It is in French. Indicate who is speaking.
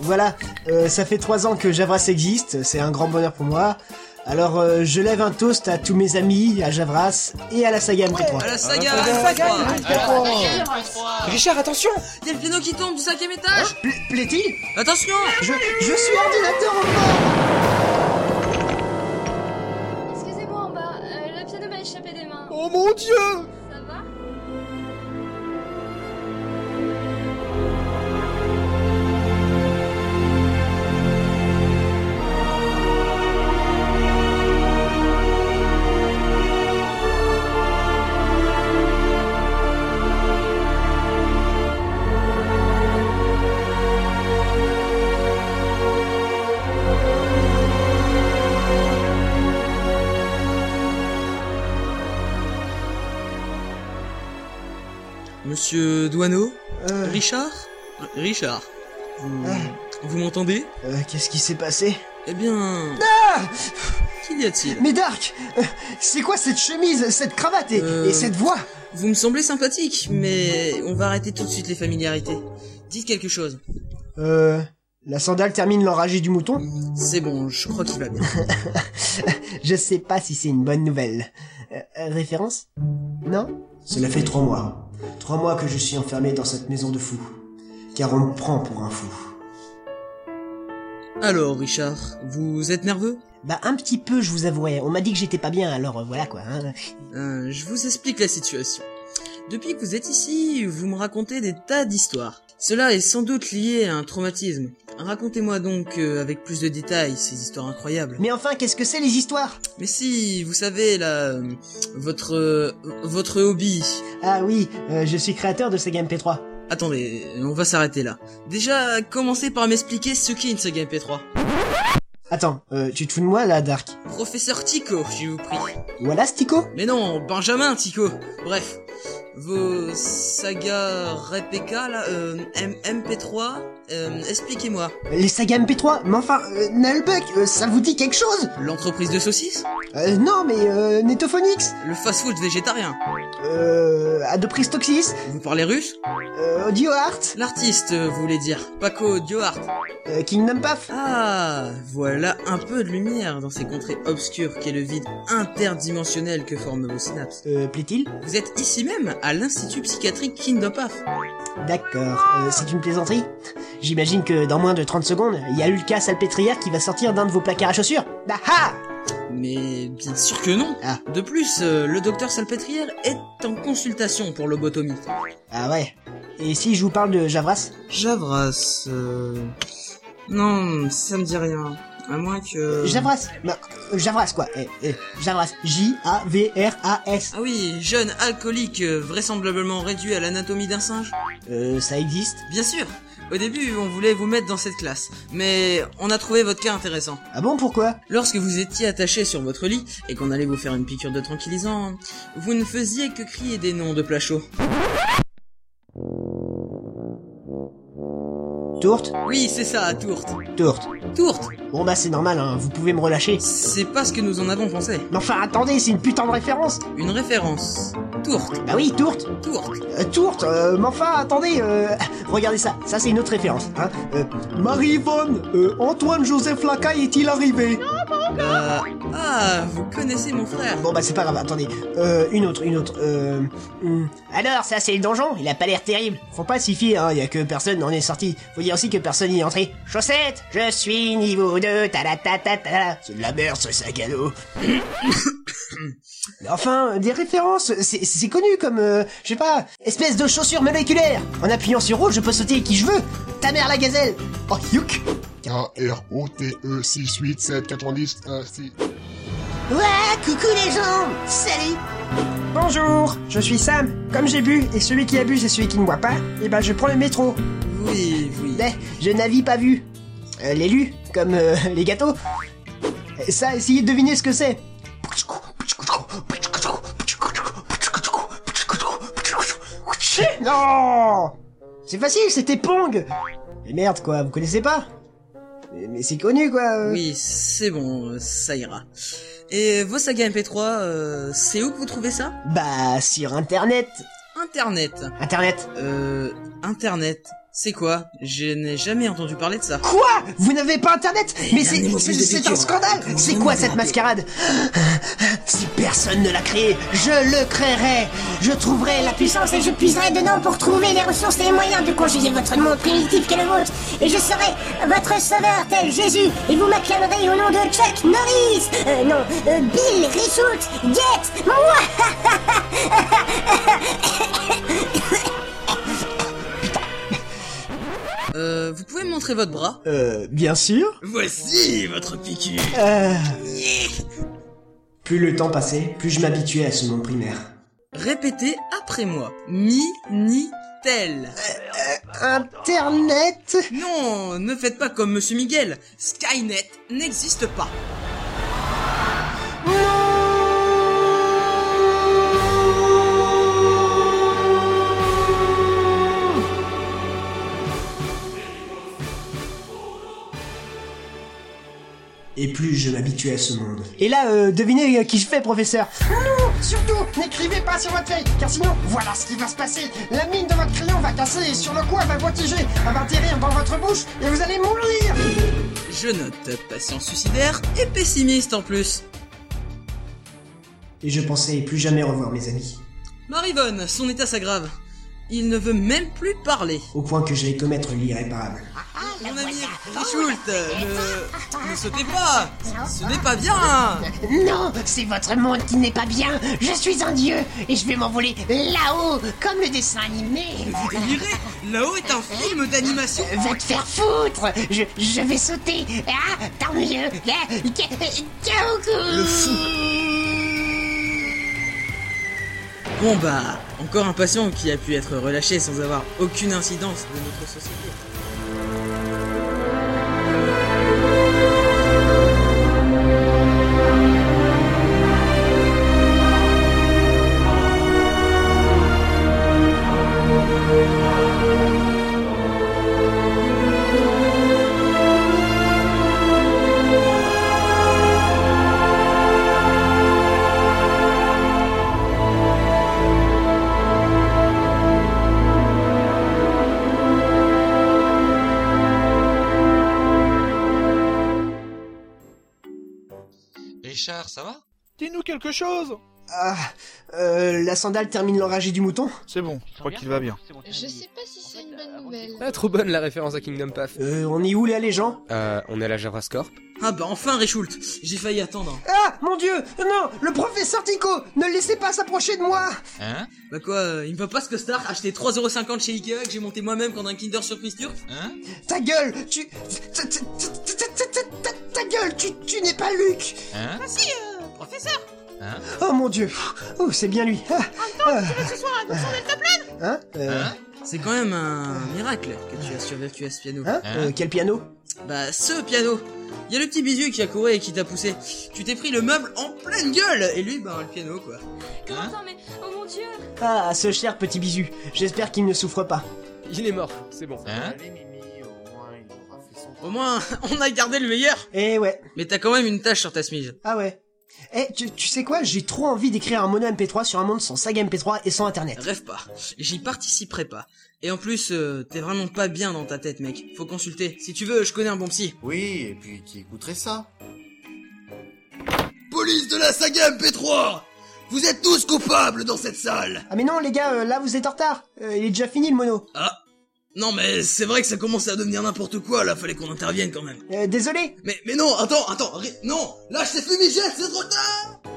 Speaker 1: Voilà, euh, ça fait trois ans que Javras existe, c'est un grand bonheur pour moi. Alors euh, je lève un toast à tous mes amis, à Javras et à la saga MP3.
Speaker 2: À la saga
Speaker 3: Ah,
Speaker 2: à la
Speaker 3: saga,
Speaker 2: saga.
Speaker 3: il est d'accord. Richard, attention Hein
Speaker 2: Il y a le piano qui tombe du cinquième étage
Speaker 1: Pla- Plaît-il
Speaker 2: Attention
Speaker 1: je, je suis ordinateur en bas
Speaker 4: Excusez-moi en bas, euh, le piano m'a échappé des mains.
Speaker 3: Oh mon dieu
Speaker 4: Ça va
Speaker 2: Monsieur Douaneau
Speaker 1: Euh,
Speaker 2: Richard Richard Vous,
Speaker 3: Ah.
Speaker 2: vous m'entendez
Speaker 1: euh, Qu'est-ce qui s'est passé
Speaker 2: Eh bien...
Speaker 3: Ah.
Speaker 2: Qu'y a-t-il
Speaker 1: Mais Dark euh, C'est quoi cette chemise, cette cravate et,
Speaker 2: Euh.
Speaker 1: et cette voix
Speaker 2: Vous me semblez sympathique, mais on va arrêter tout de suite les familiarités. Dites quelque chose.
Speaker 1: Euh... La sandale termine l'enragé du mouton
Speaker 2: C'est bon, je crois qu'il va bien.
Speaker 1: Je sais pas si c'est une bonne nouvelle. Euh, euh, référence Non Cela fait trois mois. Trois mois que je suis enfermé dans cette maison de fous. Car on me prend pour un fou.
Speaker 2: Alors, Richard, vous êtes nerveux
Speaker 1: Bah un petit peu, je vous avouerai. On m'a dit que j'étais pas bien, alors euh, voilà quoi. hein.
Speaker 2: Euh, Je vous explique la situation. Depuis que vous êtes ici, vous me racontez des tas d'histoires. Cela est sans doute lié à un traumatisme. Racontez-moi donc euh, avec plus de détails ces histoires incroyables.
Speaker 1: Mais enfin, qu'est-ce que c'est les histoires
Speaker 2: Mais si, vous savez, là, euh, votre, euh, votre hobby.
Speaker 1: Ah oui, euh, je suis créateur de Saga MP3.
Speaker 2: Attendez, on va s'arrêter là. Déjà, commencez par m'expliquer ce qu'est une saga MP3.
Speaker 1: Attends, euh, tu te fous de moi là, Dark
Speaker 2: Professeur Tico, je vous prie.
Speaker 1: Voilà, Stico
Speaker 2: Mais non, Benjamin Tico. Bref, vos sagas Repeka, là, euh, M- MP3, euh, expliquez-moi.
Speaker 1: Les sagas MP3 Mais enfin, euh, Nullbuck, euh, ça vous dit quelque chose
Speaker 2: L'entreprise de saucisses
Speaker 1: Euh, Non, mais euh, Netophonix
Speaker 2: Le fast-food végétarien
Speaker 1: Euh... Adoprix Toxis
Speaker 2: Vous parlez russe
Speaker 1: euh, Audio Art
Speaker 2: L'artiste, euh, vous voulez dire. Paco Diohart.
Speaker 1: euh, Kingdom Path
Speaker 2: Ah, voilà un peu de lumière dans ces contrées obscures qu'est le vide interdimensionnel que forment vos synapses.
Speaker 1: Euh, plaît-il
Speaker 2: Vous êtes ici même, à l'Institut psychiatrique Kindopaf.
Speaker 1: D'accord, euh, c'est une plaisanterie J'imagine que dans moins de 30 secondes, il y a Lucas Salpêtrière qui va sortir d'un de vos placards à chaussures Bah ah
Speaker 2: Mais bien sûr que non
Speaker 1: Ah.
Speaker 2: De plus, euh, le docteur Salpêtrière est en consultation pour lobotomie.
Speaker 1: Ah ouais Et si je vous parle de Javras
Speaker 2: Javras... Euh... Non, ça me dit rien. À moins que...
Speaker 1: Javras bah, euh, Javras quoi eh, eh, Javras J-A-V-R-A-S
Speaker 2: Ah oui, jeune alcoolique euh, vraisemblablement réduit à l'anatomie d'un singe.
Speaker 1: Euh, ça existe
Speaker 2: Bien sûr Au début, on voulait vous mettre dans cette classe, mais on a trouvé votre cas intéressant.
Speaker 1: Ah bon, pourquoi
Speaker 2: Lorsque vous étiez attaché sur votre lit et qu'on allait vous faire une piqûre de tranquillisant, vous ne faisiez que crier des noms de plats chauds.
Speaker 1: Tourte
Speaker 2: Oui, c'est ça, tourte.
Speaker 1: Tourte
Speaker 2: Tourte
Speaker 1: Bon bah c'est normal, hein, vous pouvez me relâcher
Speaker 2: C'est pas ce que nous en avons pensé.
Speaker 1: Mais enfin attendez, c'est une putain de référence
Speaker 2: Une référence. Tourte,
Speaker 1: Bah oui, Tourte
Speaker 2: tourte.
Speaker 1: Euh, Tourte, euh, mais enfin, attendez, euh, regardez ça, ça c'est une autre référence. Hein. Euh, Marie-Yvonne, euh, Antoine-Joseph Lacaille est-il arrivé
Speaker 2: Euh, ah, vous connaissez mon frère.
Speaker 1: Bon bah c'est pas grave, attendez, euh, une autre, une autre. Euh, hum. Alors ça c'est le donjon, il a pas l'air terrible. Faut pas s'y fier, hein, y a que personne n'en est sorti. Faut dire aussi que personne n'y est entré. Chaussette, je suis niveau 2, ta ta ta ta ta. C'est de la merde ce sac à dos. Mais Enfin, des références, c'est c'est connu comme, euh, je sais pas, espèce de chaussure moléculaire. En appuyant sur O, je peux sauter qui je veux. Ta mère la gazelle. Oh, yuk.
Speaker 5: K-R-O-T-E 6, 8, 7, 90, 1, 6.
Speaker 1: Ouais, coucou les gens Salut Bonjour, je suis Sam. Comme j'ai bu, et celui qui abuse et celui qui ne boit pas, eh ben je prends le métro.
Speaker 2: Oui, oui.
Speaker 1: Mais je n'avis pas vu. Euh, L'élu, comme euh, les gâteaux. Euh, Ça, essayez de deviner ce que c'est. Chier, Non C'est facile, c'était Pong Mais merde quoi, vous connaissez pas Mais, mais c'est connu quoi euh.
Speaker 2: Oui, c'est bon, euh, ça ira. Et vos sagas MP3, euh, c'est où que vous trouvez ça
Speaker 1: Bah, sur internet
Speaker 2: Internet.
Speaker 1: Internet
Speaker 2: Euh, Internet, C'est quoi Je n'ai jamais entendu parler de ça.
Speaker 1: Quoi Vous n'avez pas internet Mais
Speaker 2: un
Speaker 1: c'est
Speaker 2: mot
Speaker 1: c'est-
Speaker 2: plus de
Speaker 1: c'est un
Speaker 2: culture.
Speaker 1: scandale
Speaker 2: Comment
Speaker 1: C'est
Speaker 2: on
Speaker 1: quoi
Speaker 2: va
Speaker 1: cette
Speaker 2: l'appeler
Speaker 1: mascarade Si personne ne l'a créé, je le créerai Je trouverai la puissance
Speaker 6: puissance et je puiserai dedans pour trouver les ressources et les moyens de conjuguer votre monde primitif qu'est le vôtre. Et je serai votre sauveur tel Jésus et vous m'acclamerez au nom de Chuck Norris. Euh, non, euh, Bill Rissoult, Gates, moi
Speaker 2: Euh, vous pouvez me montrer votre bras
Speaker 1: Euh, bien sûr
Speaker 2: Voici votre piqûre
Speaker 1: Euh. Plus le temps passait, plus je m'habituais à ce nom primaire.
Speaker 2: Répétez après moi. Mi-ni-tel.
Speaker 1: Internet
Speaker 2: Non, ne faites pas comme Monsieur Miguel. Skynet n'existe pas.
Speaker 1: Et plus je m'habituais à ce monde. Et là, euh, devinez euh, qui je fais, professeur
Speaker 7: Non, surtout, n'écrivez pas sur votre feuille, car sinon, voilà ce qui va se passer. La mine de votre crayon va casser et sur le coup, elle va voltiger, elle va atterrir dans votre bouche et vous allez mourir.
Speaker 2: Je note patient suicidaire et pessimiste en plus.
Speaker 1: Et je pensais plus jamais revoir mes amis.
Speaker 2: Marivonne, son état s'aggrave. Il ne veut même plus parler.
Speaker 1: Au point que j'allais commettre l'irréparable.
Speaker 2: Mon ami Richoult, ne... ne sautez pas Ce n'est pas bien
Speaker 7: Non, c'est votre monde qui n'est pas bien. Je suis un dieu et je vais m'envoler là-haut, comme le dessin animé.
Speaker 2: Délirez Là-haut est un film d'animation
Speaker 7: Va te faire foutre Je, je vais sauter Ah, tant mieux Ah, ca- Kaoku
Speaker 2: Le fou. Bon bah, encore un patient qui a pu être relâché sans avoir aucune incidence de notre société.
Speaker 8: Richard, ça va
Speaker 3: Dis-nous quelque chose
Speaker 1: Ah, euh, la sandale termine l'enragé du mouton
Speaker 3: C'est bon, je crois qu'il va bien.
Speaker 4: Je sais pas si c'est une bonne nouvelle.
Speaker 9: Pas trop bonne la référence à Kingdom Path.
Speaker 1: Euh, on est où là les gens
Speaker 9: Euh, on est à la Javrascorp.
Speaker 2: Ah bah enfin Richoult, j'ai failli attendre.
Speaker 1: Ah, mon dieu Non Le professeur Tico Ne le laissez pas s'approcher de moi
Speaker 8: Hein
Speaker 2: Bah quoi, euh, il me faut pas ce que Star acheté 3,50€ chez Ikea que j'ai monté moi-même quand un Kinder Surprise turc
Speaker 8: Hein
Speaker 1: Ta gueule Tu... ta- ta- ta- ta- ta- ta- Ta gueule Tu, tu n'es pas Luc
Speaker 8: Hein
Speaker 2: Ah euh, Professeur
Speaker 1: Oh mon dieu Oh, c'est bien lui ah, ah. Hein Euh,
Speaker 8: Hein
Speaker 2: C'est quand même un miracle que tu as survécu à ce piano.
Speaker 1: Hein Euh, Quel piano
Speaker 2: Bah ce piano Y'a le petit bisu qui a couru et qui t'a poussé. Tu t'es pris le meuble en pleine gueule Et lui, bah le piano quoi.
Speaker 4: Comment ça, mais oh mon dieu
Speaker 1: Ah, ce cher petit bisu J'espère qu'il ne souffre pas.
Speaker 9: Il est mort, c'est bon.
Speaker 8: Hein
Speaker 2: Au moins, on a gardé le meilleur
Speaker 1: Eh ouais
Speaker 2: Mais t'as quand même une tache sur ta smige.
Speaker 1: Ah ouais Eh, tu, tu sais quoi J'ai trop envie d'écrire un mono MP3 sur un monde sans saga MP3 et sans internet.
Speaker 2: Rêve pas, j'y participerai pas. Et en plus, euh, t'es vraiment pas bien dans ta tête, mec. Faut consulter. Si tu veux, je connais un bon psy.
Speaker 10: Oui, et puis qui écouterait ça
Speaker 8: Police de la saga MP3 Vous êtes tous coupables dans cette salle
Speaker 1: Ah mais non les gars, euh, là vous êtes en retard Euh, Il est déjà fini le mono
Speaker 2: Ah. Non mais c'est vrai que ça commençait à devenir n'importe quoi là, fallait qu'on intervienne quand même.
Speaker 1: Euh, Désolé
Speaker 2: Mais mais non, attends, attends, ri- non, lâche tes fumigènes, c'est trop tard